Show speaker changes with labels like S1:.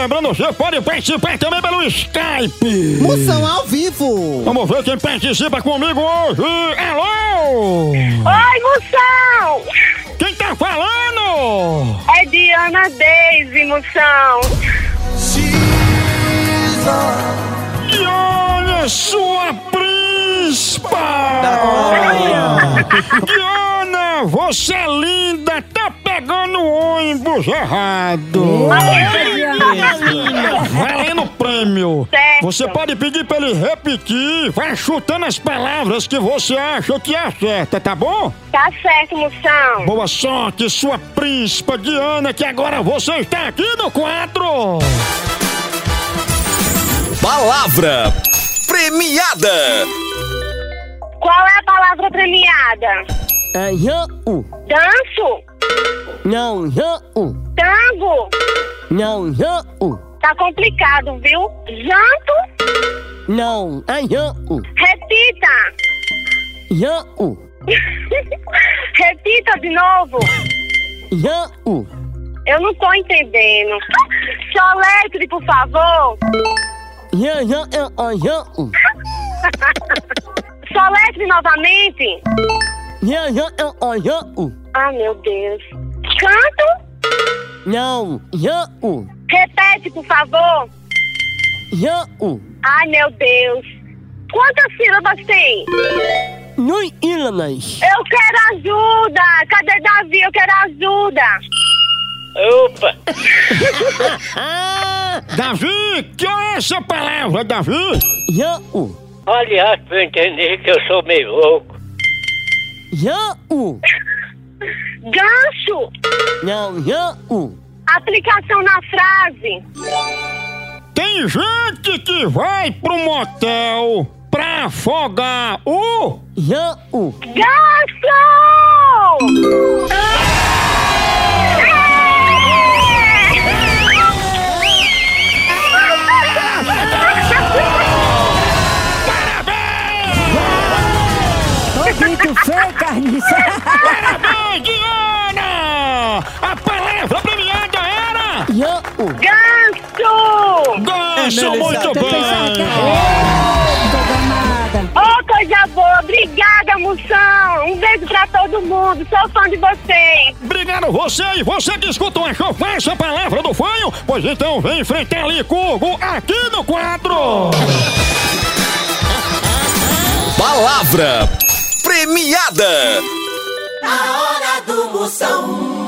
S1: é você pode participar também pelo Skype.
S2: Moção ao vivo.
S1: Vamos ver quem participa comigo hoje. Alô?
S3: Oi, Moção!
S1: Quem tá falando?
S3: É Diana Deise, Moção.
S1: E olha sua
S2: Olha.
S1: príncipa! Diana, você é linda, tá pegando o ônibus errado. Valendo prêmio.
S3: Certo.
S1: Você pode pedir pra ele repetir, vai chutando as palavras que você acha que acerta, tá bom?
S3: Tá certo, Moção.
S1: Boa sorte, sua príncipa Diana, que agora você está aqui no quadro.
S4: Palavra premiada.
S3: Qual é a palavra premiada?
S2: É Jean-U.
S3: Danço?
S2: Não, Jean-U.
S3: Tango?
S2: Não, Jean-U.
S3: Tá complicado, viu? Janto?
S2: Não, é Jean-U.
S3: Repita!
S2: Jean-U.
S3: Repita de novo.
S2: Jean-U.
S3: Eu não tô entendendo. Soletre, por favor.
S2: Jean-Jean-Jean-U. Jean-U.
S3: Soletre novamente.
S2: Jean-Jean-Jean-U. Jean-U.
S3: Ah, meu Deus. Canto?
S2: Não, Jean-U.
S3: Repete, por favor.
S2: Jean-U.
S3: Ai, meu Deus. Quantas sílabas tem?
S2: Nui Ilanas.
S3: Eu quero ajuda. Cadê Davi? Eu quero ajuda.
S2: Ah,
S1: Davi, que é essa palavra, Davi?
S2: Jean-U.
S5: Aliás, pra eu entender que eu sou meio louco.
S2: Jean-U.
S3: Gancho.
S2: Não, Jean-U.
S3: Aplicação na frase.
S1: Tem gente que vai pro motel pra afogar o.
S2: Jean-U.
S3: Gancho!
S6: Todito feio, carniça.
S1: Parabéns, Diana! A palavra premiada era.
S2: Jean-U.
S3: Gancho!
S1: Ganso, muito
S6: Tô pensando que é
S1: bem!
S6: danada.
S3: Ô, coisa boa. Obrigada, Moção. Um beijo pra todo mundo. Sou fã de vocês.
S1: Obrigado você e você que escuta uma essa palavra do fanho, pois então vem enfrentar Licurgo aqui no quadro!
S4: Palavra premiada.
S7: A hora do Moção.